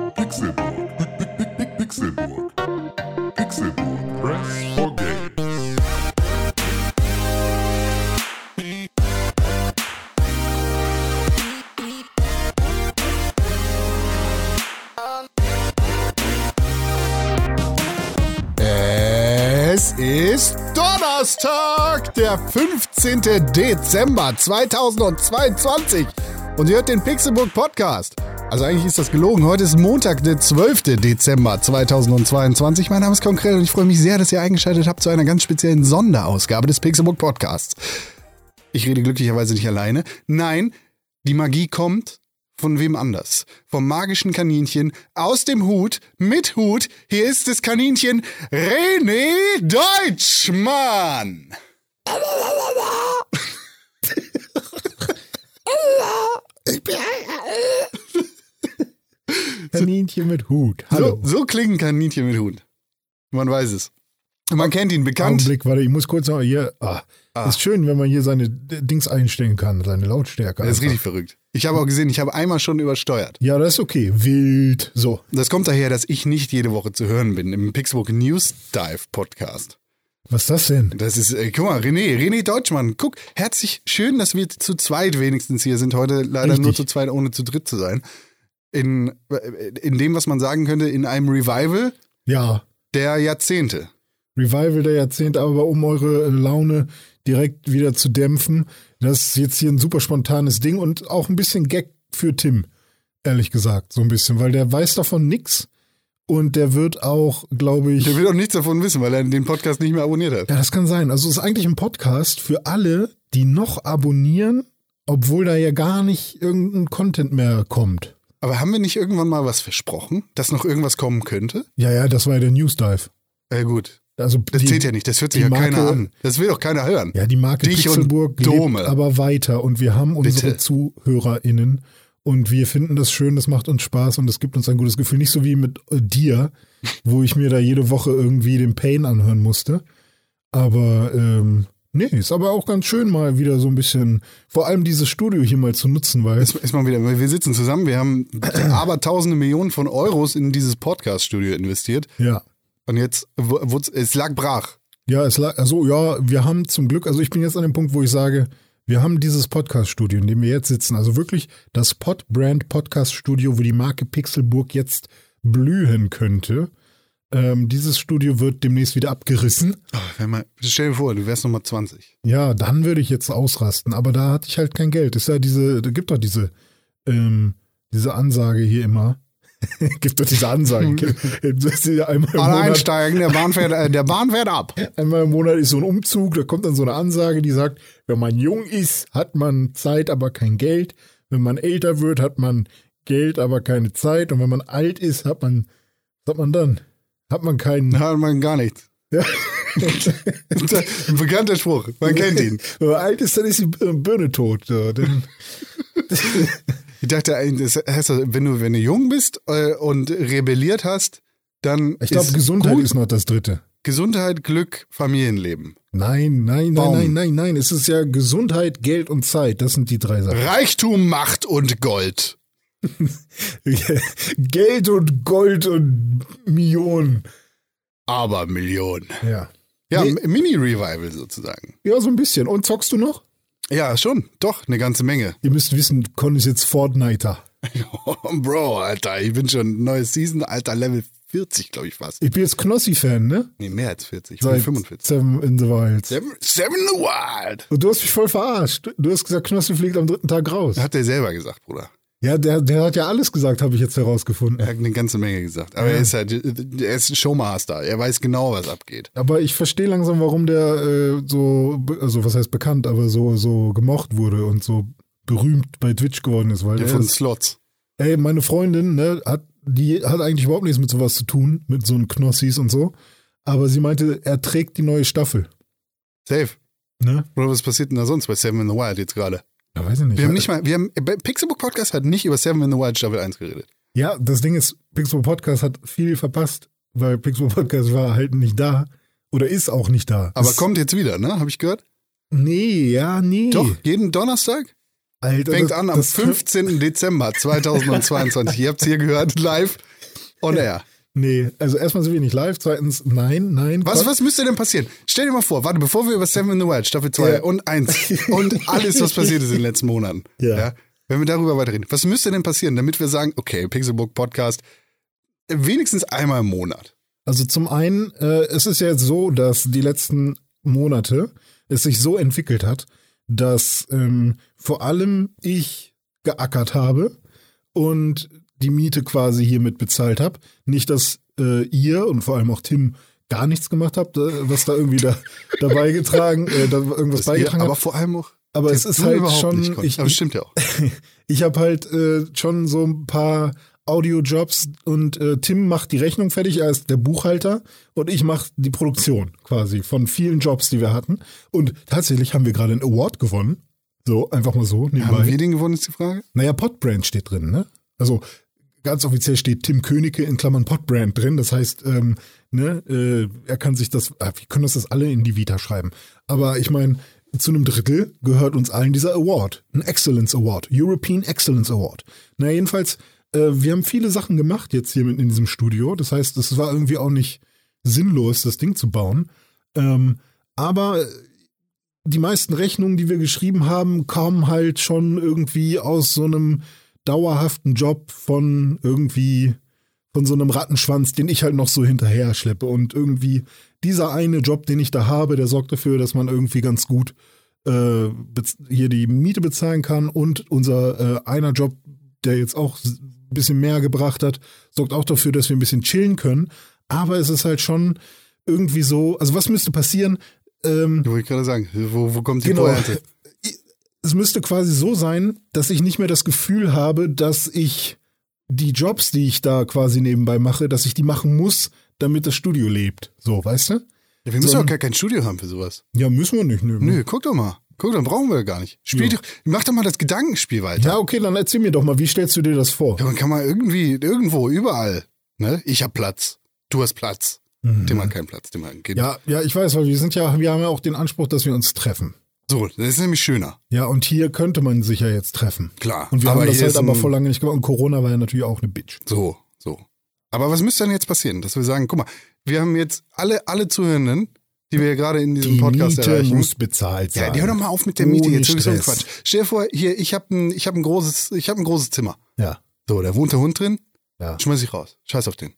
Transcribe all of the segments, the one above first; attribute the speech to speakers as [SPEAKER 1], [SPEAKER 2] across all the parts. [SPEAKER 1] Pixelburg. Pi- pi- pi- pi- Pixelburg. Pixelburg. Press for Games.
[SPEAKER 2] Es ist Donnerstag, der 15. Dezember 2022 und ihr hört den Pixelbook Podcast. Also eigentlich ist das gelogen. Heute ist Montag, der 12. Dezember 2022. Mein Name ist Konkrell und ich freue mich sehr, dass ihr eingeschaltet habt zu einer ganz speziellen Sonderausgabe des Pixelbook Podcasts. Ich rede glücklicherweise nicht alleine. Nein, die Magie kommt von wem anders. Vom magischen Kaninchen aus dem Hut mit Hut. Hier ist das Kaninchen René Deutschmann.
[SPEAKER 3] Kaninchen mit Hut.
[SPEAKER 2] So,
[SPEAKER 3] Hallo.
[SPEAKER 2] so klingen Kaninchen mit Hut. Man weiß es. Man kennt ihn bekannt.
[SPEAKER 3] Augenblick, warte, ich muss kurz noch hier. Ah, Ist schön, wenn man hier seine D- Dings einstellen kann, seine Lautstärke.
[SPEAKER 2] Das ist
[SPEAKER 3] einfach.
[SPEAKER 2] richtig verrückt. Ich habe auch gesehen, ich habe einmal schon übersteuert.
[SPEAKER 3] Ja, das ist okay. Wild. So.
[SPEAKER 2] Das kommt daher, dass ich nicht jede Woche zu hören bin im Pixburg News Dive Podcast.
[SPEAKER 3] Was ist das denn?
[SPEAKER 2] Das ist, äh, guck mal, René, René Deutschmann, guck, herzlich schön, dass wir zu zweit wenigstens hier sind. Heute leider
[SPEAKER 3] Richtig.
[SPEAKER 2] nur zu zweit, ohne zu dritt zu sein. In, äh, in dem, was man sagen könnte, in einem Revival
[SPEAKER 3] Ja.
[SPEAKER 2] der Jahrzehnte.
[SPEAKER 3] Revival der Jahrzehnte, aber um eure Laune direkt wieder zu dämpfen. Das ist jetzt hier ein super spontanes Ding und auch ein bisschen Gag für Tim, ehrlich gesagt, so ein bisschen, weil der weiß davon nix und der wird auch, glaube ich.
[SPEAKER 2] Der will doch nichts davon wissen, weil er den Podcast nicht mehr abonniert hat.
[SPEAKER 3] Ja, das kann sein. Also es ist eigentlich ein Podcast für alle, die noch abonnieren, obwohl da ja gar nicht irgendein Content mehr kommt.
[SPEAKER 2] Aber haben wir nicht irgendwann mal was versprochen, dass noch irgendwas kommen könnte?
[SPEAKER 3] Ja, ja, das war ja der News Dive.
[SPEAKER 2] Äh, gut,
[SPEAKER 3] Also
[SPEAKER 2] das
[SPEAKER 3] die,
[SPEAKER 2] zählt ja nicht, das hört sich ja
[SPEAKER 3] die
[SPEAKER 2] keiner
[SPEAKER 3] Marke-
[SPEAKER 2] an. Das will doch keiner hören.
[SPEAKER 3] Ja, die Marke
[SPEAKER 2] Dich und
[SPEAKER 3] Pixelburg
[SPEAKER 2] Dome.
[SPEAKER 3] lebt aber weiter und wir haben unsere
[SPEAKER 2] Bitte.
[SPEAKER 3] ZuhörerInnen und wir finden das schön, das macht uns Spaß und es gibt uns ein gutes Gefühl. Nicht so wie mit äh, dir, wo ich mir da jede Woche irgendwie den Pain anhören musste. Aber ähm, nee, ist aber auch ganz schön mal wieder so ein bisschen, vor allem dieses Studio hier mal zu nutzen, weil
[SPEAKER 2] Ist, ist mal wieder, weil wir sitzen zusammen, wir haben aber tausende Millionen von Euros in dieses Podcast-Studio investiert.
[SPEAKER 3] ja.
[SPEAKER 2] Und jetzt, wo- wurd's- es lag brach.
[SPEAKER 3] Ja, es lag, also ja, wir haben zum Glück, also ich bin jetzt an dem Punkt, wo ich sage, wir haben dieses Podcast-Studio, in dem wir jetzt sitzen, also wirklich das Podbrand Podcast-Studio, wo die Marke Pixelburg jetzt blühen könnte. Ähm, dieses Studio wird demnächst wieder abgerissen.
[SPEAKER 2] Oh, Wenn man, stell dir vor, du wärst nochmal 20.
[SPEAKER 3] Ja, dann würde ich jetzt ausrasten, aber da hatte ich halt kein Geld. Ist ja diese, da gibt doch diese, ähm, diese Ansage hier immer. gibt doch diese Ansage. Das ist ja einmal im
[SPEAKER 2] Alle
[SPEAKER 3] Monat
[SPEAKER 2] einsteigen, der Bahn fährt, äh, der Bahn fährt ab.
[SPEAKER 3] Einmal im Monat ist so ein Umzug, da kommt dann so eine Ansage, die sagt, wenn man jung ist, hat man Zeit, aber kein Geld. Wenn man älter wird, hat man Geld, aber keine Zeit. Und wenn man alt ist, hat man, was hat man dann? Hat man keinen,
[SPEAKER 2] Da hat man gar nichts. Ein bekannter Spruch, man kennt ihn.
[SPEAKER 3] wenn man alt ist, dann ist die Bir- Birne tot. So, dann,
[SPEAKER 2] Ich dachte, eigentlich, das heißt, also, wenn du, wenn du jung bist äh, und rebelliert hast, dann
[SPEAKER 3] ich glaube,
[SPEAKER 2] ist
[SPEAKER 3] Gesundheit
[SPEAKER 2] gut.
[SPEAKER 3] ist noch das Dritte.
[SPEAKER 2] Gesundheit, Glück, Familienleben.
[SPEAKER 3] Nein, nein, nein,
[SPEAKER 2] Baum.
[SPEAKER 3] nein, nein, nein. Es ist ja Gesundheit, Geld und Zeit. Das sind die drei Sachen.
[SPEAKER 2] Reichtum, Macht und Gold.
[SPEAKER 3] Geld und Gold und Millionen.
[SPEAKER 2] Aber Millionen.
[SPEAKER 3] Ja.
[SPEAKER 2] Ja,
[SPEAKER 3] Nee.
[SPEAKER 2] M- Mini-Revival sozusagen.
[SPEAKER 3] Ja, so ein bisschen. Und zockst du noch?
[SPEAKER 2] Ja, schon. Doch, eine ganze Menge.
[SPEAKER 3] Ihr müsst wissen, Con ist jetzt Fortniter.
[SPEAKER 2] Bro, Alter, ich bin schon neue Season, Alter, Level 40, glaube ich fast.
[SPEAKER 3] Ich bin jetzt Knossi-Fan, ne?
[SPEAKER 2] Nee, mehr als 40. Ich bin
[SPEAKER 3] Seit
[SPEAKER 2] 45.
[SPEAKER 3] Seven in the Wild.
[SPEAKER 2] Seven, Seven the Wild.
[SPEAKER 3] Und du hast mich voll verarscht. Du hast gesagt, Knossi fliegt am dritten Tag raus.
[SPEAKER 2] Hat der selber gesagt, Bruder.
[SPEAKER 3] Ja, der, der hat ja alles gesagt, habe ich jetzt herausgefunden.
[SPEAKER 2] Er hat eine ganze Menge gesagt. Aber er ist halt, er ist ein Showmaster. Er weiß genau, was abgeht.
[SPEAKER 3] Aber ich verstehe langsam, warum der äh, so, be- also was heißt bekannt, aber so, so gemocht wurde und so berühmt bei Twitch geworden ist. Weil
[SPEAKER 2] Der
[SPEAKER 3] er
[SPEAKER 2] von
[SPEAKER 3] ist,
[SPEAKER 2] Slots.
[SPEAKER 3] ey, meine Freundin, ne, hat, die hat eigentlich überhaupt nichts mit sowas zu tun, mit so einem Knossis und so. Aber sie meinte, er trägt die neue Staffel.
[SPEAKER 2] Safe.
[SPEAKER 3] Ne?
[SPEAKER 2] Oder was passiert denn da sonst bei Seven in the Wild jetzt gerade?
[SPEAKER 3] Ja, weiß ich nicht.
[SPEAKER 2] Wir haben
[SPEAKER 3] Ja,
[SPEAKER 2] nicht mal, wir haben, bei Pixelbook Podcast hat nicht über Seven in the Wild Staffel 1 geredet.
[SPEAKER 3] Ja, das Ding ist, Pixel Podcast hat viel verpasst, weil Pixel Podcast war halt nicht da oder ist auch nicht da.
[SPEAKER 2] Aber
[SPEAKER 3] Es-
[SPEAKER 2] kommt jetzt wieder, ne? Habe ich gehört?
[SPEAKER 3] Nee, ja, nee.
[SPEAKER 2] Doch, jeden Donnerstag?
[SPEAKER 3] Alter,
[SPEAKER 2] Fängt
[SPEAKER 3] das-
[SPEAKER 2] an am
[SPEAKER 3] das-
[SPEAKER 2] 15. Dezember 2022. Ihr habt es hier gehört, live. on air.
[SPEAKER 3] Nee, also erstmal sind wir nicht live, zweitens, nein, nein.
[SPEAKER 2] Was,
[SPEAKER 3] Quatsch.
[SPEAKER 2] was müsste denn passieren? Stell dir mal vor, warte, bevor wir über Seven in the Wild, Staffel 2
[SPEAKER 3] Ja.
[SPEAKER 2] und 1 und alles, was passiert ist in den letzten Monaten,
[SPEAKER 3] Ja.
[SPEAKER 2] wenn wir darüber weiterreden, was müsste denn passieren, damit wir sagen, okay, Pixelbook Podcast, wenigstens einmal im Monat.
[SPEAKER 3] Also zum einen, äh, es ist ja jetzt so, dass die letzten Monate es sich so entwickelt hat, dass ähm, vor allem ich geackert habe und die Miete quasi hiermit bezahlt habe. Nicht, dass äh, ihr und vor allem auch Tim gar nichts gemacht habt, äh, was da irgendwie da, dabei getragen, äh, da irgendwas
[SPEAKER 2] Ja,
[SPEAKER 3] beigetragen
[SPEAKER 2] aber
[SPEAKER 3] habt.
[SPEAKER 2] vor allem auch.
[SPEAKER 3] Aber es
[SPEAKER 2] der
[SPEAKER 3] ist
[SPEAKER 2] du
[SPEAKER 3] halt
[SPEAKER 2] überhaupt
[SPEAKER 3] schon-
[SPEAKER 2] Nicht konntest.
[SPEAKER 3] ich-
[SPEAKER 2] aber
[SPEAKER 3] ich-
[SPEAKER 2] stimmt ja auch.
[SPEAKER 3] Ich habe halt äh, schon so ein paar Audiojobs und äh, Tim macht die Rechnung fertig, er ist der Buchhalter und ich mache die Produktion quasi von vielen Jobs, die wir hatten. Und tatsächlich haben wir gerade einen Award gewonnen. So, einfach mal so nebenbei.
[SPEAKER 2] Haben wir den gewonnen, ist die Frage?
[SPEAKER 3] Naja, Podbrand steht drin, ne? Also ganz offiziell steht Tim Königke in Klammern Podbrand drin. Das heißt, ähm, ne, äh, er kann sich das, ah, wir können uns das alle in die Vita schreiben. Aber ich meine, zu einem Drittel gehört uns allen dieser Award. Ein Excellence Award. European Excellence Award. Na, jedenfalls, äh, wir haben viele Sachen gemacht jetzt hier mit in diesem Studio. Das heißt, es war irgendwie auch nicht sinnlos, das Ding zu bauen. Ähm, aber die meisten Rechnungen, die wir geschrieben haben, kamen halt schon irgendwie aus so einem dauerhaften Job von irgendwie von so einem Rattenschwanz, den ich halt noch so hinterher schleppe. Und irgendwie dieser eine Job, den ich da habe, der sorgt dafür, dass man irgendwie ganz gut äh, bez- hier die Miete bezahlen kann. Und unser äh, einer Job, der jetzt auch s- ein bisschen mehr gebracht hat, sorgt auch dafür, dass wir ein bisschen chillen können. Aber es ist halt schon irgendwie so, also was müsste passieren? Ähm,
[SPEAKER 2] Ich wollte gerade sagen, wo, wo kommt die
[SPEAKER 3] Genau.
[SPEAKER 2] Pointe?
[SPEAKER 3] es müsste quasi so sein, dass ich nicht mehr das Gefühl habe, dass ich die Jobs, die ich da quasi nebenbei mache, dass ich die machen muss, damit das Studio lebt. So, weißt du?
[SPEAKER 2] Ja, wir müssen
[SPEAKER 3] So ein-
[SPEAKER 2] doch gar kein Studio haben für sowas.
[SPEAKER 3] Ja, müssen wir nicht. ne? Nö.
[SPEAKER 2] Nö, guck doch mal. Guck, dann brauchen wir gar nicht. Spiel
[SPEAKER 3] Hm. Ja.
[SPEAKER 2] doch, mach doch mal das Gedankenspiel weiter.
[SPEAKER 3] Ja, okay, dann erzähl mir doch mal, wie stellst du dir das vor?
[SPEAKER 2] Ja, man kann mal irgendwie, irgendwo, überall. Ne? Ich hab Platz. Du hast Platz. Dem hat keinen Platz, dem hat geht.
[SPEAKER 3] Mhm. Ja, ja, ich weiß, weil wir sind ja, wir haben ja auch den Anspruch, dass wir uns treffen.
[SPEAKER 2] So, das ist nämlich schöner.
[SPEAKER 3] Ja, und hier könnte man sich ja jetzt treffen.
[SPEAKER 2] Klar.
[SPEAKER 3] Und wir haben das
[SPEAKER 2] hier
[SPEAKER 3] halt
[SPEAKER 2] ist
[SPEAKER 3] aber
[SPEAKER 2] ein-
[SPEAKER 3] vor lange nicht gemacht. Und Corona war ja natürlich auch eine Bitch.
[SPEAKER 2] So, so. Aber was müsste denn jetzt passieren? Dass wir sagen, guck mal, wir haben jetzt alle, alle Zuhörenden, die wir gerade in diesem
[SPEAKER 3] Die
[SPEAKER 2] Podcast
[SPEAKER 3] Miete
[SPEAKER 2] erreichen.
[SPEAKER 3] muss bezahlt sein.
[SPEAKER 2] ja, die hör doch mal auf mit der Miete
[SPEAKER 3] Ohne
[SPEAKER 2] jetzt. sowieso ein
[SPEAKER 3] Stress.
[SPEAKER 2] Quatsch. Stell dir vor, hier, ich habe ein, ich hab ein, großes- ich hab ein großes Zimmer.
[SPEAKER 3] Ja,
[SPEAKER 2] So, da wohnt der Hund drin.
[SPEAKER 3] ja.
[SPEAKER 2] Schmeiß ich raus. Scheiß auf den.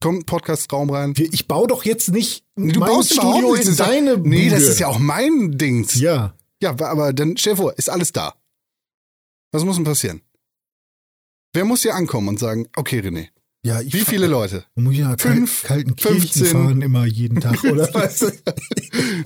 [SPEAKER 2] Kommt Podcast-Raum rein.
[SPEAKER 3] Wir- Ich baue doch jetzt nicht
[SPEAKER 2] Du
[SPEAKER 3] mein
[SPEAKER 2] baust überhaupt
[SPEAKER 3] Studio
[SPEAKER 2] nichts.
[SPEAKER 3] in
[SPEAKER 2] Das ist
[SPEAKER 3] deine
[SPEAKER 2] ja, Nee, das
[SPEAKER 3] Bude.
[SPEAKER 2] ist ja auch mein Dings.
[SPEAKER 3] Ja,
[SPEAKER 2] Ja, aber- aber dann stell dir vor, ist alles da. Was muss denn passieren? Wer muss hier ankommen und sagen, okay, René,
[SPEAKER 3] ja. Ich
[SPEAKER 2] wie viele Leute?
[SPEAKER 3] Muss ich nach
[SPEAKER 2] Fünf,
[SPEAKER 3] Fünf, kalten Kirchen
[SPEAKER 2] 15.
[SPEAKER 3] fahren immer jeden Tag, oder? Weißt du?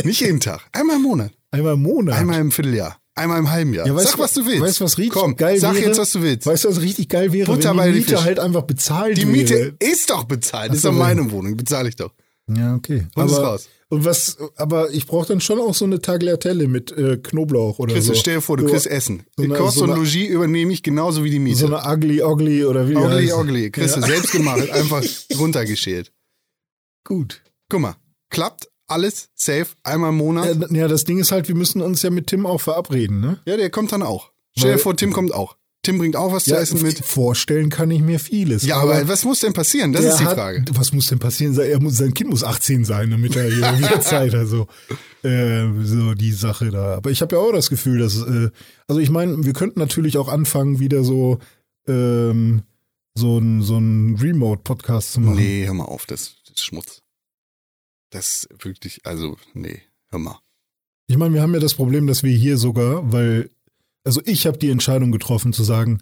[SPEAKER 2] Nicht jeden Tag. Einmal im Monat,
[SPEAKER 3] Einmal im Monat.
[SPEAKER 2] einmal im Vierteljahr, einmal im halben Jahr.
[SPEAKER 3] Ja, weißt
[SPEAKER 2] sag,
[SPEAKER 3] du,
[SPEAKER 2] was du willst.
[SPEAKER 3] Weißt du, was richtig
[SPEAKER 2] Komm,
[SPEAKER 3] geil
[SPEAKER 2] sag
[SPEAKER 3] wäre?
[SPEAKER 2] jetzt, was du willst.
[SPEAKER 3] Weißt du, was richtig geil wäre?
[SPEAKER 2] Butter
[SPEAKER 3] wenn
[SPEAKER 2] bei
[SPEAKER 3] die
[SPEAKER 2] den
[SPEAKER 3] Miete
[SPEAKER 2] Fischen.
[SPEAKER 3] halt einfach bezahlt
[SPEAKER 2] die
[SPEAKER 3] wäre.
[SPEAKER 2] Miete ist doch bezahlt.
[SPEAKER 3] Ach
[SPEAKER 2] ist
[SPEAKER 3] so,
[SPEAKER 2] doch
[SPEAKER 3] ja.
[SPEAKER 2] meine Wohnung. Bezahle ich doch.
[SPEAKER 3] Ja, okay.
[SPEAKER 2] Und
[SPEAKER 3] aber,
[SPEAKER 2] ist raus.
[SPEAKER 3] Und was, aber ich brauche dann schon auch so eine Tagliatelle mit äh, Knoblauch oder
[SPEAKER 2] Chris,
[SPEAKER 3] so.
[SPEAKER 2] stell dir vor, du
[SPEAKER 3] so,
[SPEAKER 2] kriegst Essen.
[SPEAKER 3] so eine-
[SPEAKER 2] Kost
[SPEAKER 3] so
[SPEAKER 2] und
[SPEAKER 3] eine-
[SPEAKER 2] Logis übernehme ich genauso wie die Miete.
[SPEAKER 3] So eine Ugly Ogly oder wie die
[SPEAKER 2] Ogli,
[SPEAKER 3] heißt.
[SPEAKER 2] Ogli. Chris,
[SPEAKER 3] Ja.
[SPEAKER 2] selbst gemacht. Einfach runtergeschält.
[SPEAKER 3] Gut.
[SPEAKER 2] Guck mal, klappt alles safe einmal im Monat.
[SPEAKER 3] Ja, d- ja, das Ding ist halt, wir müssen uns ja mit Tim auch verabreden, ne?
[SPEAKER 2] Ja, der kommt dann auch. Stell dir
[SPEAKER 3] Weil-
[SPEAKER 2] vor, Tim kommt auch. Tim bringt auch was zu essen mit.
[SPEAKER 3] vorstellen kann ich mir vieles.
[SPEAKER 2] Ja, aber was muss denn passieren? Das ist die
[SPEAKER 3] Er hat-
[SPEAKER 2] Frage.
[SPEAKER 3] was muss denn passieren? Er muss, sein Kind muss 18 sein, damit er hier wieder Zeit hat. So, äh, so die Sache da. Aber ich habe ja auch das Gefühl, dass, äh, also ich meine, wir könnten natürlich auch anfangen, wieder so, ähm, so ein, so ein Remote-Podcast zu machen.
[SPEAKER 2] Nee, hör mal auf, das, das ist Schmutz. Das ist wirklich, also, nee, hör mal.
[SPEAKER 3] Ich meine, wir haben ja das Problem, dass wir hier sogar, weil, also ich habe die Entscheidung getroffen zu sagen,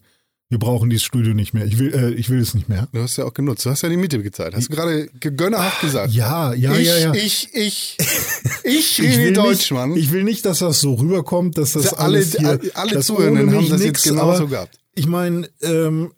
[SPEAKER 3] wir brauchen dieses Studio nicht mehr. Ich will, äh, ich will es nicht mehr.
[SPEAKER 2] Du hast ja auch genutzt. Du hast ja die Miete gezahlt. Hast du gerade gegönnerhaft gesagt.
[SPEAKER 3] Ah, Ja, ja,
[SPEAKER 2] ich,
[SPEAKER 3] ja, ja.
[SPEAKER 2] ich, ich, ich,
[SPEAKER 3] Ich
[SPEAKER 2] rede
[SPEAKER 3] will
[SPEAKER 2] Deutsch, Mann.
[SPEAKER 3] nicht, ich will nicht, dass das so rüberkommt, dass das
[SPEAKER 2] alle
[SPEAKER 3] alles hier,
[SPEAKER 2] alle
[SPEAKER 3] dass
[SPEAKER 2] Zuhörenden
[SPEAKER 3] ohne
[SPEAKER 2] haben
[SPEAKER 3] mich
[SPEAKER 2] das
[SPEAKER 3] nix,
[SPEAKER 2] jetzt genauso
[SPEAKER 3] aber
[SPEAKER 2] gehabt.
[SPEAKER 3] Ich meine, ähm,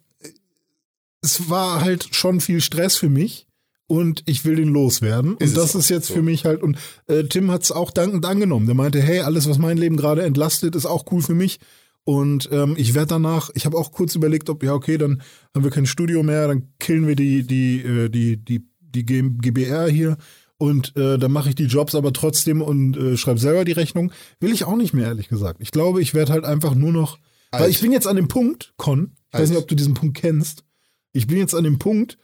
[SPEAKER 3] es war halt schon viel Stress für mich und ich will den loswerden.
[SPEAKER 2] Ist es
[SPEAKER 3] und das
[SPEAKER 2] auch
[SPEAKER 3] ist jetzt
[SPEAKER 2] so.
[SPEAKER 3] für mich halt, und äh, Tim hat es auch dankend angenommen. Der meinte, hey, alles, was mein Leben gerade entlastet, ist auch cool für mich. Und ähm, ich werde danach, ich habe auch kurz überlegt, ob, ja, okay, dann haben wir kein Studio mehr, dann killen wir die, die, äh, die, die, die G- GBR hier und äh, dann mache ich die Jobs aber trotzdem und äh, schreibe selber die Rechnung. Will ich auch nicht mehr, ehrlich gesagt. Ich glaube, ich werde halt einfach nur noch.
[SPEAKER 2] Alt.
[SPEAKER 3] Weil ich bin jetzt an dem Punkt, Con, ich
[SPEAKER 2] Alt.
[SPEAKER 3] weiß nicht, ob du diesen Punkt kennst. Ich bin jetzt an dem Punkt,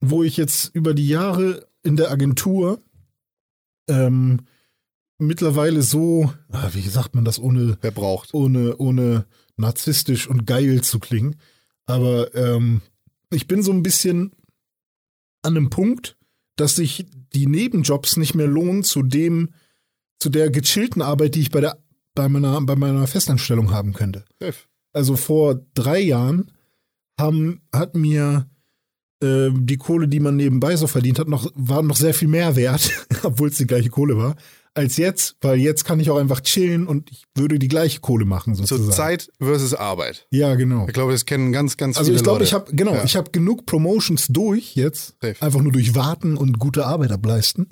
[SPEAKER 3] wo ich jetzt über die Jahre in der Agentur ähm, mittlerweile so, ah, wie sagt man das, ohne,
[SPEAKER 2] Wer braucht?
[SPEAKER 3] ohne, ohne narzisstisch und geil zu klingen. Aber ähm, ich bin so ein bisschen an einem Punkt, dass sich die Nebenjobs nicht mehr lohnen zu dem, zu der gechillten Arbeit, die ich bei der bei meiner, bei meiner Festanstellung haben könnte
[SPEAKER 2] Chef.
[SPEAKER 3] also vor drei Jahren, haben, hat mir ähm, die Kohle, die man nebenbei so verdient hat, noch, war noch sehr viel mehr wert, obwohl es die gleiche Kohle war, als jetzt, weil jetzt kann ich auch einfach chillen und ich würde die gleiche Kohle machen,
[SPEAKER 2] So
[SPEAKER 3] sozusagen.
[SPEAKER 2] Zeit versus Arbeit.
[SPEAKER 3] Ja, genau.
[SPEAKER 2] Ich glaube, das kennen ganz, ganz
[SPEAKER 3] Also
[SPEAKER 2] viele
[SPEAKER 3] ich glaube, ich
[SPEAKER 2] Leute.
[SPEAKER 3] habe genau,
[SPEAKER 2] Ja.
[SPEAKER 3] ich habe genug Promotions durch jetzt,
[SPEAKER 2] Safe.
[SPEAKER 3] einfach nur durch Warten und gute Arbeit ableisten,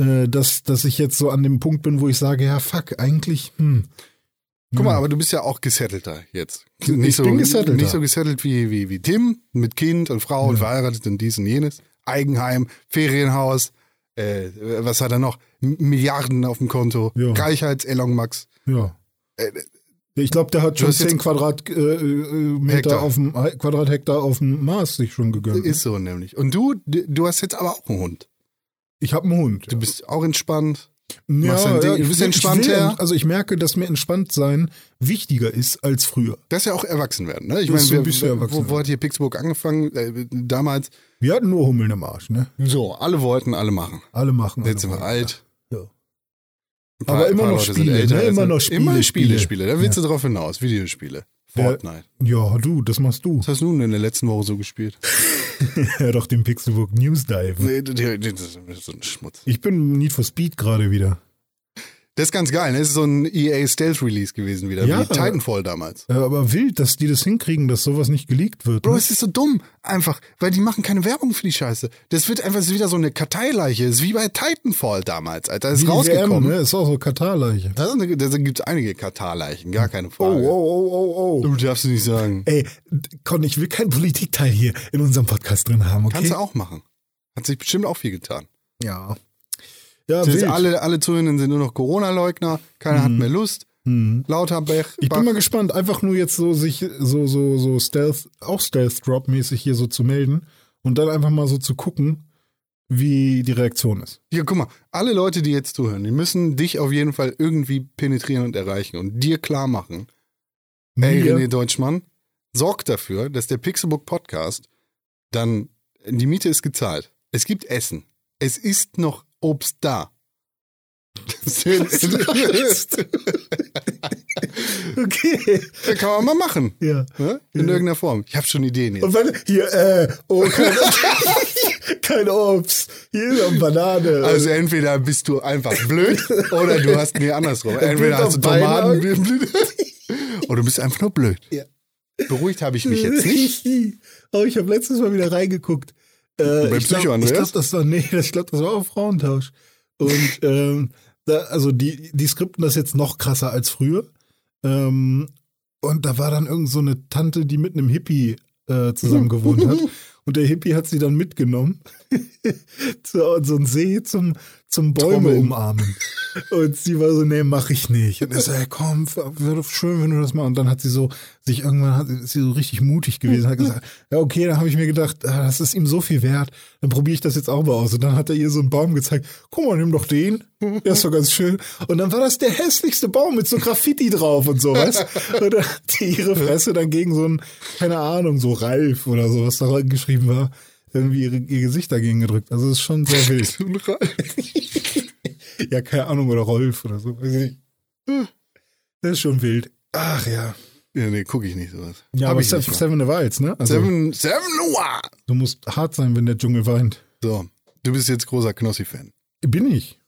[SPEAKER 3] äh, dass dass ich jetzt so an dem Punkt bin, wo ich sage, ja fuck, eigentlich, hm,
[SPEAKER 2] Guck mal, aber du bist ja auch gesettelter jetzt.
[SPEAKER 3] Ich bin gesettelter.
[SPEAKER 2] Nicht so gesettelt wie, wie, wie Tim mit Kind und Frau und verheiratet und dies und jenes. Eigenheim, Ferienhaus, äh, was hat er noch? M Milliarden auf dem Konto,
[SPEAKER 3] Ja.
[SPEAKER 2] Gleichheits-Elon Max.
[SPEAKER 3] Ja. Ich glaube, der hat
[SPEAKER 2] Äh,
[SPEAKER 3] schon
[SPEAKER 2] hast jetzt-
[SPEAKER 3] 10 Quadratmeter
[SPEAKER 2] Hektar.
[SPEAKER 3] äh, auf dem Quadrathektar auf dem Mars sich schon gegönnt.
[SPEAKER 2] Ist so nämlich. Und du, d- du hast jetzt aber auch einen Hund.
[SPEAKER 3] ich habe einen Hund.
[SPEAKER 2] Du bist auch entspannt.
[SPEAKER 3] ja,
[SPEAKER 2] machst dein Ding.
[SPEAKER 3] ich-
[SPEAKER 2] Du bist
[SPEAKER 3] ich
[SPEAKER 2] entspannt,
[SPEAKER 3] will-
[SPEAKER 2] ja.
[SPEAKER 3] Also ich merke, dass mir entspannt sein wichtiger ist als früher.
[SPEAKER 2] Das ist ja auch erwachsen werden. Ne? Ich
[SPEAKER 3] Das
[SPEAKER 2] meine,
[SPEAKER 3] ist so ein
[SPEAKER 2] wir-
[SPEAKER 3] bisschen erwachsen
[SPEAKER 2] wo, wo hat hier Pixburg angefangen? Äh, damals.
[SPEAKER 3] Wir hatten nur Hummeln im Arsch, ne?
[SPEAKER 2] So, alle wollten, alle machen.
[SPEAKER 3] Alle machen.
[SPEAKER 2] Jetzt sind
[SPEAKER 3] alle
[SPEAKER 2] wir alt.
[SPEAKER 3] Ja.
[SPEAKER 2] Ein paar-
[SPEAKER 3] Aber
[SPEAKER 2] ein
[SPEAKER 3] immer
[SPEAKER 2] paar
[SPEAKER 3] noch
[SPEAKER 2] Leute sind
[SPEAKER 3] Spiele,
[SPEAKER 2] älter,
[SPEAKER 3] ne?
[SPEAKER 2] jetzt
[SPEAKER 3] Immer
[SPEAKER 2] sind-
[SPEAKER 3] noch Spiele,
[SPEAKER 2] Immer
[SPEAKER 3] Spiele.
[SPEAKER 2] Spiele, Spiele. Da willst du drauf hinaus. Videospiele.
[SPEAKER 3] Ja.
[SPEAKER 2] Fortnite.
[SPEAKER 3] Ja, du, das machst du.
[SPEAKER 2] Was hast du denn in der letzten Woche so gespielt?
[SPEAKER 3] ja, doch den Pixelburg News Dive.
[SPEAKER 2] Nee, nee, nee, das ist so ein Schmutz.
[SPEAKER 3] Ich bin Need for Speed gerade wieder.
[SPEAKER 2] Das ist ganz geil. ne? Das ist so ein EA Stealth Release gewesen wieder,
[SPEAKER 3] Ja.
[SPEAKER 2] wie Titanfall damals.
[SPEAKER 3] Äh, Aber wild, dass die das hinkriegen, dass sowas nicht geleakt wird.
[SPEAKER 2] Bro,
[SPEAKER 3] ne?
[SPEAKER 2] es ist so dumm, einfach, weil die machen keine Werbung für die Scheiße. Das wird einfach das ist wieder so eine Karteileiche. Das ist wie bei Titanfall damals, Alter. Das
[SPEAKER 3] Wie
[SPEAKER 2] ist
[SPEAKER 3] die
[SPEAKER 2] rausgekommen.
[SPEAKER 3] WM, ne? Ist auch so Katarleiche.
[SPEAKER 2] Da, sind- da gibt es einige Katarleichen, gar keine Frage.
[SPEAKER 3] oh, oh,
[SPEAKER 2] Oh, Du darfst es nicht sagen.
[SPEAKER 3] Ey, Con, ich will keinen Politikteil hier in unserem Podcast drin haben, okay?
[SPEAKER 2] Kannst du auch machen. Hat sich bestimmt auch viel getan.
[SPEAKER 3] Ja. Ja,
[SPEAKER 2] Das
[SPEAKER 3] wild.
[SPEAKER 2] ist alle, alle Zuhörenden sind nur noch Corona-Leugner, keiner hat mehr Lust.
[SPEAKER 3] Hm.
[SPEAKER 2] Lauterbach.
[SPEAKER 3] Mhm. Ich bin mal gespannt, einfach nur jetzt so sich so so so Stealth auch Stealth Drop mäßig hier so zu melden und dann einfach mal so zu gucken, wie die Reaktion ist.
[SPEAKER 2] Hier, guck mal, alle Leute, die jetzt zuhören, die müssen dich auf jeden Fall irgendwie penetrieren und erreichen und dir klar machen, ey,
[SPEAKER 3] Mir-
[SPEAKER 2] René Deutschmann, sorgt dafür, dass der Pixelbook Podcast dann, die Miete ist gezahlt. Es gibt Essen. Es ist noch Obst da. Das ist-
[SPEAKER 3] okay.
[SPEAKER 2] das kann man mal machen.
[SPEAKER 3] Ja.
[SPEAKER 2] Ne? In irgendeiner Form. Ich habe schon Ideen jetzt.
[SPEAKER 3] Und wenn hier äh oh kein, kein Obst, hier ist eine Banane.
[SPEAKER 2] Also entweder bist du einfach blöd oder du hast nee andersrum. Entweder
[SPEAKER 3] auf
[SPEAKER 2] hast du
[SPEAKER 3] beiden
[SPEAKER 2] Tomaten
[SPEAKER 3] Augen.
[SPEAKER 2] oder du bist einfach nur blöd.
[SPEAKER 3] Ja.
[SPEAKER 2] Beruhigt habe ich mich jetzt nicht.
[SPEAKER 3] oh, ich habe letztes Mal wieder reingeguckt. Äh,
[SPEAKER 2] Bei
[SPEAKER 3] ich glaub-
[SPEAKER 2] Psycho, Andreas?
[SPEAKER 3] Ich glaube, das war nee, das, ich glaube, das war auch Frauentausch. Und ähm, da, also die, die skripten das jetzt noch krasser als früher. Ähm, und da war dann irgend so eine Tante, die mit einem Hippie äh, zusammen gewohnt hat. Und der Hippie hat sie dann mitgenommen zu so einen See zum, zum Bäume
[SPEAKER 2] Trommeln.
[SPEAKER 3] umarmen. Und sie war so, nee, mach ich nicht. Und er so, ey, komm, wäre doch schön, wenn du das machst. Und dann hat sie so, sich irgendwann hat, ist sie so richtig mutig gewesen, hat gesagt, ja, okay, dann habe ich mir gedacht, ah, das ist ihm so viel wert, dann probiere ich das jetzt auch mal aus. Und dann hat er ihr so einen Baum gezeigt, guck mal, nimm doch den, der ist doch ganz schön. Und dann war das der hässlichste Baum mit so Graffiti drauf und sowas. Und dann hat die ihre Fresse dann gegen so einen, keine Ahnung, so Ralf oder so, was da geschrieben war, irgendwie ihre, ihr Gesicht dagegen gedrückt. Also es ist schon sehr wild. Ja, keine Ahnung, oder Rolf oder so. Weiß ich. nicht. Das ist schon wild. Ach ja.
[SPEAKER 2] Hm. Ja, nee, gucke ich nicht sowas.
[SPEAKER 3] Ja,
[SPEAKER 2] Hab
[SPEAKER 3] aber
[SPEAKER 2] ich
[SPEAKER 3] Seven,
[SPEAKER 2] nicht. mal.
[SPEAKER 3] Seven Wilds, ne? Also,
[SPEAKER 2] Seven, Seven Noir.
[SPEAKER 3] Du musst hart sein, wenn der Dschungel weint.
[SPEAKER 2] So, du bist jetzt großer Knossi-Fan.
[SPEAKER 3] Bin ich.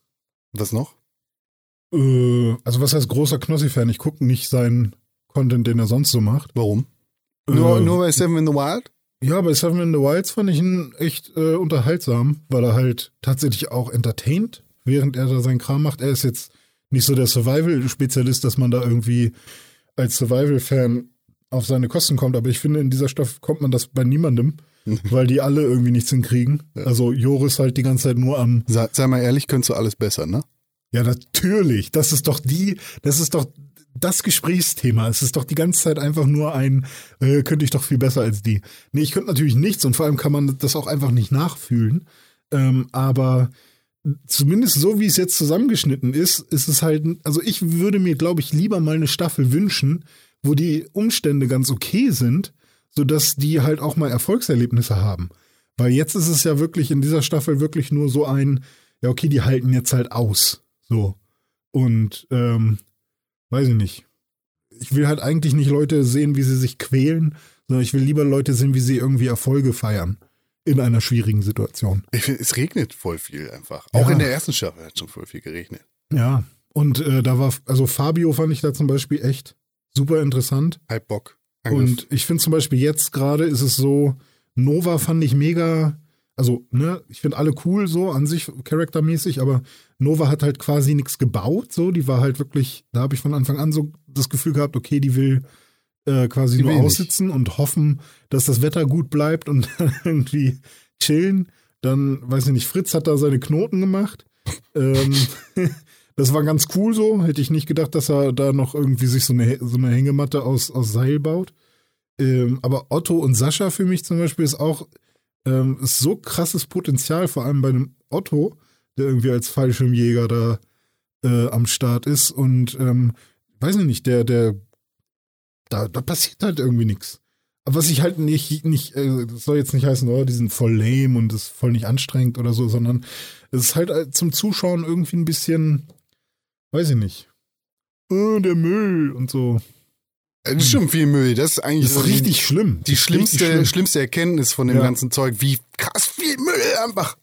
[SPEAKER 2] Was noch?
[SPEAKER 3] Äh, also, was heißt großer Knossi-Fan? Ich gucke nicht seinen Content, den er sonst so macht.
[SPEAKER 2] Warum? Ähm,
[SPEAKER 3] Äh,
[SPEAKER 2] Nur, nur bei Seven in the Wild?
[SPEAKER 3] ja, bei Seven in the Wilds fand ich ihn echt äh, unterhaltsam, weil er halt tatsächlich auch entertaint, während er da seinen Kram macht. Er ist jetzt nicht so der Survival-Spezialist, dass man da irgendwie als Survival-Fan auf seine Kosten kommt. Aber ich finde, in dieser Staffel kommt man das bei niemandem, weil die alle irgendwie nichts hinkriegen. Also Joris halt die ganze Zeit nur am
[SPEAKER 2] Sei, sei mal ehrlich, könntest du alles besser, ne?
[SPEAKER 3] Ja, natürlich. Das ist doch die, das ist doch das Gesprächsthema. Es ist doch die ganze Zeit einfach nur ein, äh, könnte ich doch viel besser als die. Nee, ich könnte natürlich nichts und vor allem kann man das auch einfach nicht nachfühlen. Ähm, aber zumindest so, wie es jetzt zusammengeschnitten ist, ist es halt, also ich würde mir, glaube ich, lieber mal eine Staffel wünschen, wo die Umstände ganz okay sind, sodass die halt auch mal Erfolgserlebnisse haben. Weil jetzt ist es ja wirklich in dieser Staffel wirklich nur so ein, ja, okay, die halten jetzt halt aus. So. Und, ähm, weiß ich nicht. Ich will halt eigentlich nicht Leute sehen, wie sie sich quälen, sondern ich will lieber Leute sehen, wie sie irgendwie Erfolge feiern. In einer schwierigen Situation.
[SPEAKER 2] Ich finde, es regnet voll viel einfach. Auch
[SPEAKER 3] Ja.
[SPEAKER 2] in der ersten Staffel hat schon voll viel geregnet.
[SPEAKER 3] Ja. Und äh, da war, also Fabio fand ich da zum Beispiel echt super interessant.
[SPEAKER 2] Halb Bock.
[SPEAKER 3] Und ich finde zum Beispiel jetzt gerade ist es so, Nova fand ich mega, also, ne, ich finde alle cool so an sich, charaktermäßig, aber Nova hat halt quasi nichts gebaut, so, die war halt wirklich, da habe ich von Anfang an so das Gefühl gehabt, okay, die will äh, quasi
[SPEAKER 4] Die
[SPEAKER 3] nur
[SPEAKER 4] will nicht.
[SPEAKER 3] aussitzen und hoffen, dass das Wetter gut bleibt und irgendwie chillen. Dann, weiß ich nicht, Fritz hat da seine Knoten gemacht. ähm, das war ganz cool so. Hätte ich nicht gedacht, dass er da noch irgendwie sich so eine, so eine Hängematte aus, aus Seil baut. Ähm, aber Otto und Sascha für mich zum Beispiel ist auch ähm, ist so krasses Potenzial, vor allem bei einem Otto, der irgendwie als Fallschirmjäger da äh, am Start ist. Und ähm, weiß ich nicht, der, der, da, da passiert halt irgendwie nichts. Aber was ich halt nicht, nicht, äh, das soll jetzt nicht heißen, oh, die sind voll lame und ist voll nicht anstrengend oder so, sondern es ist halt äh, zum Zuschauen irgendwie ein bisschen, weiß ich nicht. Äh, der Müll und so.
[SPEAKER 2] das ist schon viel Müll. Das ist eigentlich
[SPEAKER 3] Das ist
[SPEAKER 2] so die-
[SPEAKER 3] richtig schlimm.
[SPEAKER 2] die schlimmste,
[SPEAKER 3] Richtig schlimm.
[SPEAKER 2] schlimmste Erkenntnis von dem
[SPEAKER 3] Ja.
[SPEAKER 2] ganzen Zeug, wie krass viel Müll einfach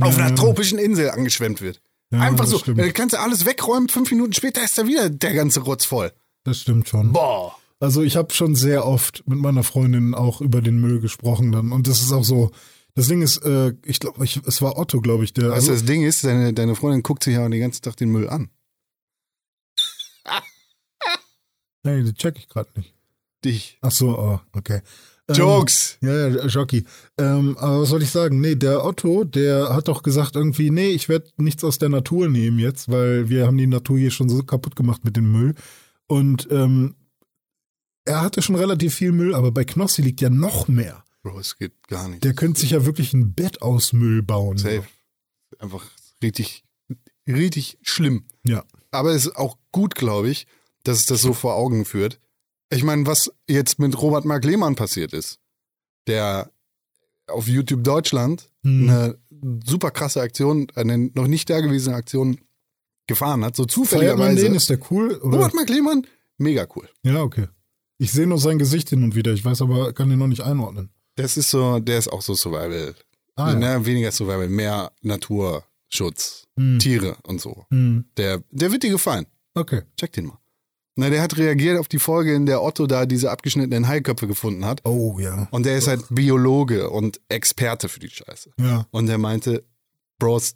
[SPEAKER 2] auf
[SPEAKER 3] Ja.
[SPEAKER 2] einer tropischen Insel angeschwemmt wird.
[SPEAKER 3] Ja,
[SPEAKER 2] einfach
[SPEAKER 3] das
[SPEAKER 2] so. äh,
[SPEAKER 3] stimmt.
[SPEAKER 2] Dann kannst du alles wegräumen, fünf Minuten später ist da wieder der ganze Rotz voll.
[SPEAKER 3] Das stimmt schon.
[SPEAKER 2] Boah.
[SPEAKER 3] Also ich habe schon sehr oft mit meiner Freundin auch über den Müll gesprochen dann. Und das ist auch so. Das Ding ist, äh, ich glaube, ich, es war Otto, glaube ich, der.
[SPEAKER 2] Weißt du,
[SPEAKER 3] Also,
[SPEAKER 2] das Ding ist, deine, deine Freundin guckt sich ja den ganzen Tag den Müll an.
[SPEAKER 3] nee, die check ich gerade nicht.
[SPEAKER 2] Dich.
[SPEAKER 3] Ach so, oh, okay. Ähm,
[SPEAKER 2] Jokes.
[SPEAKER 3] Ja, ja, Jockey. Ähm, aber was soll ich sagen? Nee, der Otto, der hat doch gesagt irgendwie, nee, ich werde nichts aus der Natur nehmen jetzt, weil wir haben die Natur hier schon so kaputt gemacht mit dem Müll. Und ähm, er hatte schon relativ viel Müll, aber bei Knossi liegt ja noch mehr.
[SPEAKER 2] Bro, es geht gar nicht.
[SPEAKER 3] Der könnte sich ja wirklich ein Bett aus Müll bauen.
[SPEAKER 2] Safe. Einfach richtig, richtig schlimm.
[SPEAKER 3] Ja.
[SPEAKER 2] Aber es ist auch gut, glaube ich, dass es das so vor Augen führt. Ich meine, was jetzt mit Robert Mark Lehmann passiert ist, der auf YouTube Deutschland
[SPEAKER 3] Hm.
[SPEAKER 2] eine super krasse Aktion, eine noch nicht dagewesene Aktion gefahren hat, so
[SPEAKER 3] Feiert man den?
[SPEAKER 2] zufälligerweise.
[SPEAKER 3] Ist der cool? Oder?
[SPEAKER 2] Robert Mark Lehmann, mega cool.
[SPEAKER 3] Ja, okay. Ich sehe nur sein Gesicht hin und wieder. Ich weiß aber, kann den noch nicht einordnen.
[SPEAKER 2] Das ist so, der ist auch so Survival.
[SPEAKER 3] Ah, ja.
[SPEAKER 2] ne, weniger Survival, mehr Naturschutz,
[SPEAKER 3] Hm.
[SPEAKER 2] Tiere und so.
[SPEAKER 3] Hm.
[SPEAKER 2] Der, der wird dir gefallen.
[SPEAKER 3] Okay.
[SPEAKER 2] Check den mal. Na, der hat reagiert auf die Folge, in der Otto da diese abgeschnittenen Haiköpfe gefunden hat.
[SPEAKER 3] Oh, ja.
[SPEAKER 2] Und der ist halt Biologe und Experte für die Scheiße.
[SPEAKER 3] Ja.
[SPEAKER 2] Und der meinte, Bros,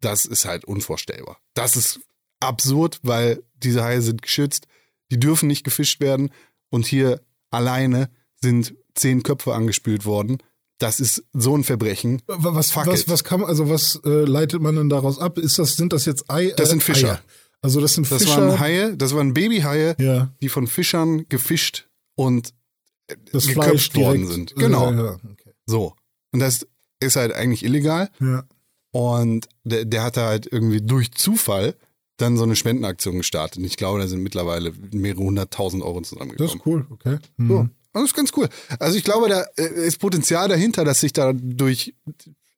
[SPEAKER 2] das ist halt unvorstellbar. Das ist absurd, weil diese Haie sind geschützt, die dürfen nicht gefischt werden. Und hier alleine sind zehn Köpfe angespült worden. Das ist so ein Verbrechen.
[SPEAKER 3] Wa- Was,
[SPEAKER 2] Fuck
[SPEAKER 3] was,
[SPEAKER 2] it.
[SPEAKER 3] was kann, also was äh, leitet man denn daraus ab? Ist das, sind das jetzt Ei?
[SPEAKER 2] Das
[SPEAKER 3] äh,
[SPEAKER 2] sind Fischer.
[SPEAKER 3] Eier? Also das sind
[SPEAKER 2] Das
[SPEAKER 3] Fischer.
[SPEAKER 2] waren Haie, das waren Babyhaie,
[SPEAKER 3] ja,
[SPEAKER 2] die von Fischern gefischt und
[SPEAKER 3] das
[SPEAKER 2] geköpft
[SPEAKER 3] Fleisch direkt.
[SPEAKER 2] worden sind. Genau.
[SPEAKER 3] Ja, ja. Okay.
[SPEAKER 2] so. Und das ist halt eigentlich illegal.
[SPEAKER 3] ja.
[SPEAKER 2] Und der, der hatte halt irgendwie durch Zufall dann so eine Spendenaktion gestartet. Und ich glaube, da sind mittlerweile mehrere hunderttausend Euro
[SPEAKER 3] Das
[SPEAKER 2] zusammengekommen.
[SPEAKER 3] ist cool. Okay. Mhm.
[SPEAKER 2] So. Das ist ganz cool. Also ich glaube, da äh, ist Potenzial dahinter, dass sich dadurch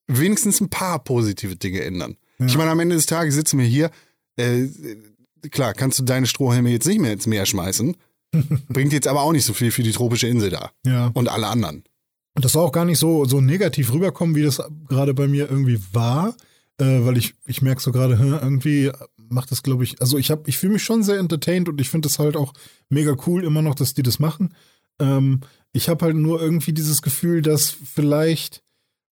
[SPEAKER 2] wenigstens ein paar positive Dinge ändern. Ich meine, am Ende des Tages sitzen wir hier. Äh, klar, kannst du deine Strohhelme jetzt nicht mehr ins Meer schmeißen. Bringt jetzt aber auch nicht so viel für die tropische Insel da.
[SPEAKER 3] Ja.
[SPEAKER 2] Und alle anderen.
[SPEAKER 3] Und das soll auch gar nicht so, so negativ rüberkommen, wie das gerade bei mir irgendwie war, äh, weil ich, ich merke so gerade, hä, irgendwie macht das, glaube ich, also ich habe, ich fühle mich schon sehr entertained und ich finde das halt auch mega cool immer noch, dass die das machen. Ähm, ich habe halt nur irgendwie dieses Gefühl, dass vielleicht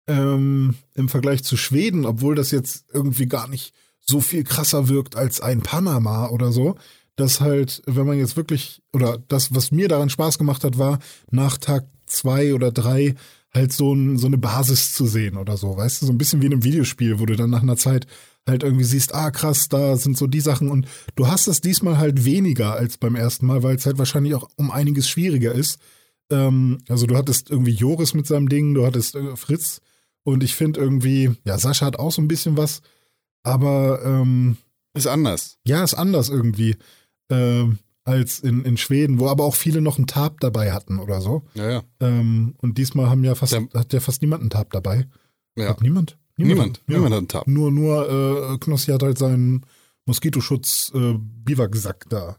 [SPEAKER 3] ähm, im Vergleich zu Schweden, obwohl das jetzt irgendwie gar nicht so viel krasser wirkt als ein Panama oder so, dass halt, wenn man jetzt wirklich, oder das, was mir daran Spaß gemacht hat, war, nach Tag zwei oder drei halt so, ein, so eine Basis zu sehen oder so, weißt du, so ein bisschen wie in einem Videospiel, wo du dann nach einer Zeit halt irgendwie siehst, ah krass, da sind so die Sachen und du hast es diesmal halt weniger als beim ersten Mal, weil es halt wahrscheinlich auch um einiges schwieriger ist. Ähm, also du hattest irgendwie Joris mit seinem Ding, du hattest äh, Fritz und ich finde irgendwie, ja, Sascha hat auch so ein bisschen was, aber ähm,
[SPEAKER 2] Ist anders.
[SPEAKER 3] ja, ist anders irgendwie ähm, als in, in Schweden, wo aber auch viele noch einen Tab dabei hatten oder so.
[SPEAKER 2] Ja, ja.
[SPEAKER 3] Ähm, und diesmal haben ja fast,
[SPEAKER 2] Ja.
[SPEAKER 3] hat ja fast niemand einen Tab dabei.
[SPEAKER 2] ja.
[SPEAKER 3] Hat niemand?
[SPEAKER 2] Niemand.
[SPEAKER 3] Ja.
[SPEAKER 2] Niemand hat einen Tab.
[SPEAKER 3] Nur, nur äh, Knossi hat halt seinen Moskitoschutz äh, Biwaksack da.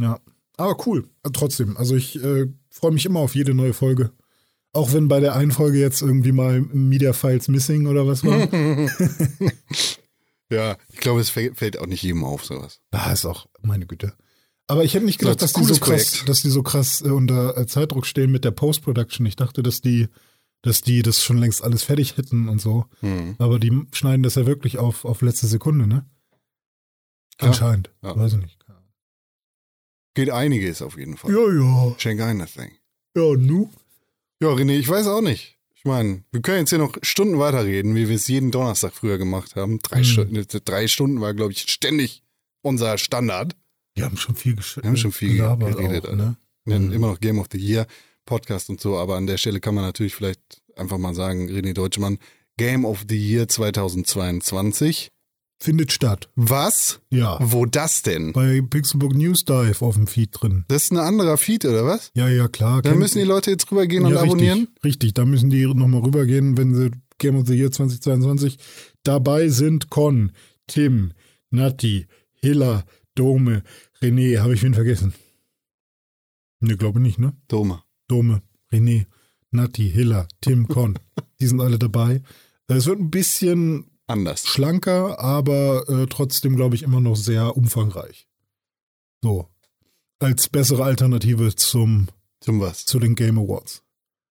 [SPEAKER 3] Ja. Aber cool. Äh, Trotzdem. Also ich äh, freue mich immer auf jede neue Folge. Auch wenn bei der einen Folge jetzt irgendwie mal Media Files Missing oder was war.
[SPEAKER 2] Ja, ich glaube, es fäll- fällt auch nicht jedem auf, sowas.
[SPEAKER 3] Ah, ist auch, meine Güte. Aber ich hätte nicht gedacht,
[SPEAKER 2] Ja,
[SPEAKER 3] dass
[SPEAKER 2] das ist
[SPEAKER 3] die, so
[SPEAKER 2] cooles
[SPEAKER 3] krass,
[SPEAKER 2] Projekt.
[SPEAKER 3] dass die so krass äh, unter äh, Zeitdruck stehen mit der Post-Production. Ich dachte, dass die, dass die das schon längst alles fertig hätten und so.
[SPEAKER 2] Hm.
[SPEAKER 3] Aber die schneiden das ja wirklich auf, auf letzte Sekunde, ne?
[SPEAKER 2] Ja.
[SPEAKER 3] Anscheinend.
[SPEAKER 2] Ja.
[SPEAKER 3] Weiß ich nicht.
[SPEAKER 2] Geht einiges auf jeden Fall.
[SPEAKER 3] Ja, ja.
[SPEAKER 2] Schenk ein das Ding.
[SPEAKER 3] Ja, nu.
[SPEAKER 2] Ja, René, ich weiß auch nicht. Ich meine, wir können jetzt hier noch Stunden weiterreden, wie wir es jeden Donnerstag früher gemacht haben. Drei,
[SPEAKER 3] Hm.
[SPEAKER 2] Stunden, äh, drei Stunden war, glaube ich, ständig unser Standard.
[SPEAKER 3] Die haben schon viel geschrieben.
[SPEAKER 2] Wir haben schon viel geredet,
[SPEAKER 3] auch, ne?
[SPEAKER 2] Wir nennen
[SPEAKER 3] Mhm.
[SPEAKER 2] Immer noch Game of the Year, Podcast und so, aber an der Stelle kann man natürlich vielleicht einfach mal sagen, René Deutschmann, Game of the Year 2022.
[SPEAKER 3] Findet statt.
[SPEAKER 2] Was?
[SPEAKER 3] Ja.
[SPEAKER 2] Wo das denn?
[SPEAKER 3] Bei Pixelburg News Dive auf dem Feed drin.
[SPEAKER 2] Das ist ein anderer Feed, oder was?
[SPEAKER 3] Ja, ja, klar.
[SPEAKER 2] Dann müssen die Leute jetzt rübergehen und abonnieren.
[SPEAKER 3] Richtig, richtig. da müssen die nochmal rübergehen, wenn sie Game of the Year 2022 dabei sind. Con, Tim, Natti, Hilla, Dome, René, habe ich wen vergessen? Ne, glaube nicht, ne?
[SPEAKER 2] Doma.
[SPEAKER 3] Dome, René, Natti, Hilla, Tim, Con. die sind alle dabei. Äh, Es wird ein bisschen
[SPEAKER 2] Anders.
[SPEAKER 3] schlanker, aber äh, trotzdem, glaube ich, immer noch sehr umfangreich. So. Als bessere Alternative zum,
[SPEAKER 2] Zum was?
[SPEAKER 3] zu den Game Awards.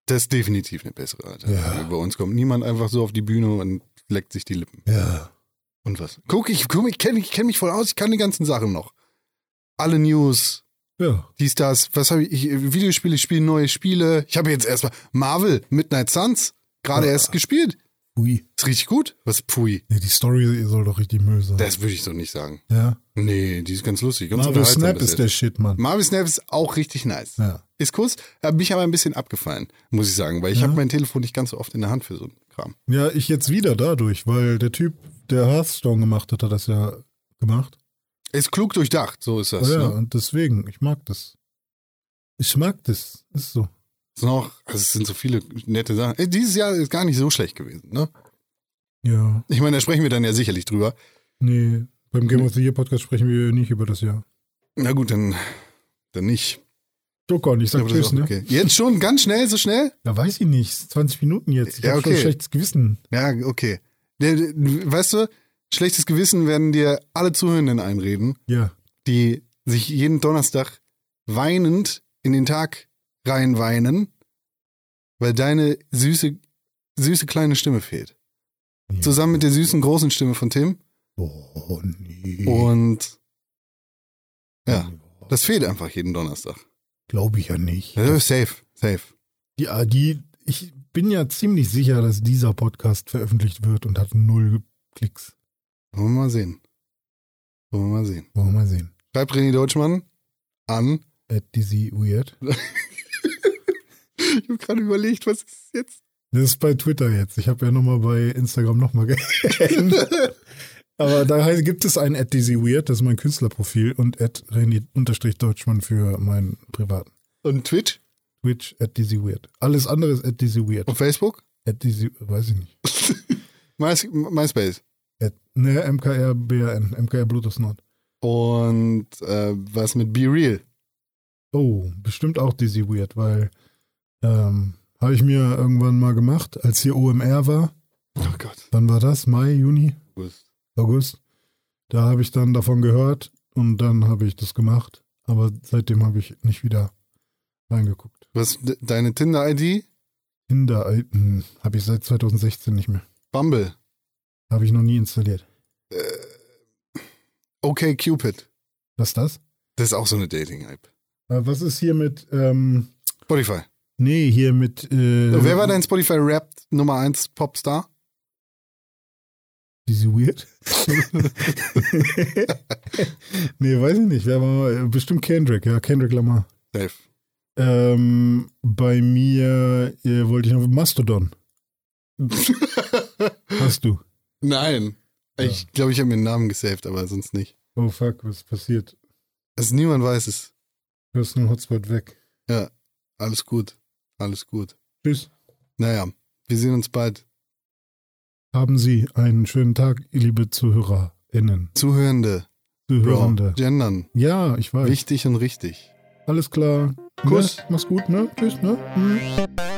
[SPEAKER 2] Das ist definitiv eine bessere Alternative.
[SPEAKER 3] Ja.
[SPEAKER 2] Bei uns kommt niemand einfach so auf die Bühne und leckt sich die Lippen.
[SPEAKER 3] Ja.
[SPEAKER 2] Und was? Guck, ich, guck, ich kenne ich kenn mich voll aus, ich kann die ganzen Sachen noch. Alle News,
[SPEAKER 3] Ja.
[SPEAKER 2] dies, das, was habe ich, ich, Videospiele, ich spiele neue Spiele. Ich habe jetzt erstmal Marvel, Midnight Suns, gerade
[SPEAKER 3] Ja.
[SPEAKER 2] erst gespielt.
[SPEAKER 3] Ui.
[SPEAKER 2] Ist richtig gut. Was, pui.
[SPEAKER 3] Ja, die Story soll doch richtig Müll sein.
[SPEAKER 2] Das würde ich so nicht sagen.
[SPEAKER 3] ja.
[SPEAKER 2] Nee, die ist ganz lustig. Ganz
[SPEAKER 3] Marvel
[SPEAKER 2] unterhaltsam
[SPEAKER 3] Snap
[SPEAKER 2] bis
[SPEAKER 3] ist
[SPEAKER 2] jetzt.
[SPEAKER 3] der Shit, Mann.
[SPEAKER 2] Marvel Snap ist auch richtig nice.
[SPEAKER 3] Ja.
[SPEAKER 2] Ist kurz, hat äh, mich aber ein bisschen abgefallen, muss ich sagen, weil ich
[SPEAKER 3] Ja.
[SPEAKER 2] habe mein Telefon nicht ganz so oft in der Hand für so einen Kram.
[SPEAKER 3] ja, ich jetzt wieder dadurch, weil der Typ, der Hearthstone gemacht hat, hat das ja gemacht.
[SPEAKER 2] Ist klug durchdacht, so ist das.
[SPEAKER 3] Oh ja,
[SPEAKER 2] Ne?
[SPEAKER 3] und deswegen, ich mag das. Ich mag das. Ist so.
[SPEAKER 2] Ist noch, also es sind so viele nette Sachen. Ey, dieses Jahr ist gar nicht so schlecht gewesen, ne?
[SPEAKER 3] Ja.
[SPEAKER 2] Ich meine, da sprechen wir dann ja sicherlich drüber.
[SPEAKER 3] Nee. Beim Game of the Year Podcast sprechen wir nicht über das Jahr.
[SPEAKER 2] Na gut, dann, dann nicht.
[SPEAKER 3] Doch gar nicht, sag
[SPEAKER 2] Aber das ist
[SPEAKER 3] tschüss,
[SPEAKER 2] auch
[SPEAKER 3] ne?
[SPEAKER 2] okay. Jetzt schon, ganz schnell, so schnell?
[SPEAKER 3] Ja, weiß ich nicht. 20 Minuten jetzt. Ich
[SPEAKER 2] Ja,
[SPEAKER 3] hab schon
[SPEAKER 2] okay.
[SPEAKER 3] schlechtes Gewissen.
[SPEAKER 2] Ja, okay. Der- der- Weißt du, schlechtes Gewissen werden dir alle Zuhörenden einreden,
[SPEAKER 3] Ja.
[SPEAKER 2] die sich jeden Donnerstag weinend in den Tag reinweinen, weil deine süße, süße kleine Stimme fehlt.
[SPEAKER 3] Ja.
[SPEAKER 2] Zusammen mit der süßen großen Stimme von Tim.
[SPEAKER 3] Oh,
[SPEAKER 2] Mhm.
[SPEAKER 3] nee.
[SPEAKER 2] Und ja, das fehlt einfach jeden Donnerstag.
[SPEAKER 3] glaube ich ja nicht.
[SPEAKER 2] Also safe, safe.
[SPEAKER 3] Ja, die, ich bin ja ziemlich sicher, dass dieser Podcast veröffentlicht wird und hat null Klicks.
[SPEAKER 2] Wollen wir mal sehen. Wollen wir mal sehen.
[SPEAKER 3] Wollen wir mal sehen.
[SPEAKER 2] Schreibt René Deutschmann an.
[SPEAKER 3] At Dizzy Weird.
[SPEAKER 2] Ich habe gerade überlegt, was ist jetzt?
[SPEAKER 3] Das ist bei Twitter jetzt. Ich habe ja nochmal bei Instagram nochmal geändert. Aber da heißt- gibt es einen at Dizzy Weird, das ist mein Künstlerprofil, und at René-Deutschmann für meinen privaten.
[SPEAKER 2] Und Twitch?
[SPEAKER 3] Twitch at Dizzy Weird. Alles andere ist at Dizzy Weird.
[SPEAKER 2] Und Facebook?
[SPEAKER 3] At Dizzy, weiß ich nicht.
[SPEAKER 2] My, MySpace.
[SPEAKER 3] At, ne, MKR BRN, MKR Bluetooth Nord.
[SPEAKER 2] Und äh, was mit Be Real?
[SPEAKER 3] Oh, bestimmt auch Dizzy Weird, weil ähm, habe ich mir irgendwann mal gemacht, als hier OMR war.
[SPEAKER 2] Oh Gott.
[SPEAKER 3] Wann war das? Mai, Juni, August? Da habe ich dann davon gehört und dann habe ich das gemacht. Aber seitdem habe ich nicht wieder reingeguckt.
[SPEAKER 2] Was de, deine Tinder-ID?
[SPEAKER 3] In der alten habe ich seit 2016 nicht mehr.
[SPEAKER 2] Bumble.
[SPEAKER 3] Habe ich noch nie installiert.
[SPEAKER 2] Okay, Cupid.
[SPEAKER 3] Was ist das?
[SPEAKER 2] Das ist auch so eine Dating-App.
[SPEAKER 3] Äh, was ist hier mit ähm,
[SPEAKER 2] Spotify.
[SPEAKER 3] Nee, hier mit. Äh,
[SPEAKER 2] Wer war dein Spotify Rap Nummer 1 Popstar?
[SPEAKER 3] Diese Weird? nee, weiß ich nicht. Wer war, bestimmt Kendrick, ja, Kendrick Lamar.
[SPEAKER 2] Safe.
[SPEAKER 3] Ähm, bei mir äh, wollte ich noch Mastodon. Hast du?
[SPEAKER 2] Nein. Ich glaube, ich habe mir den Namen gesaved, aber sonst nicht.
[SPEAKER 3] Oh fuck, was ist passiert?
[SPEAKER 2] Also niemand weiß es.
[SPEAKER 3] Du hast einen Hotspot weg.
[SPEAKER 2] Ja, alles gut. Alles gut.
[SPEAKER 3] Tschüss.
[SPEAKER 2] Naja, wir sehen uns bald.
[SPEAKER 3] Haben Sie einen schönen Tag, liebe ZuhörerInnen.
[SPEAKER 2] Zuhörende. Bro.
[SPEAKER 3] Zuhörende.
[SPEAKER 2] Gendern.
[SPEAKER 3] Ja, ich weiß.
[SPEAKER 2] Wichtig und richtig.
[SPEAKER 3] Alles klar.
[SPEAKER 2] Kuss.
[SPEAKER 3] Ne? Mach's gut, ne? Tschüss, ne? Mhm.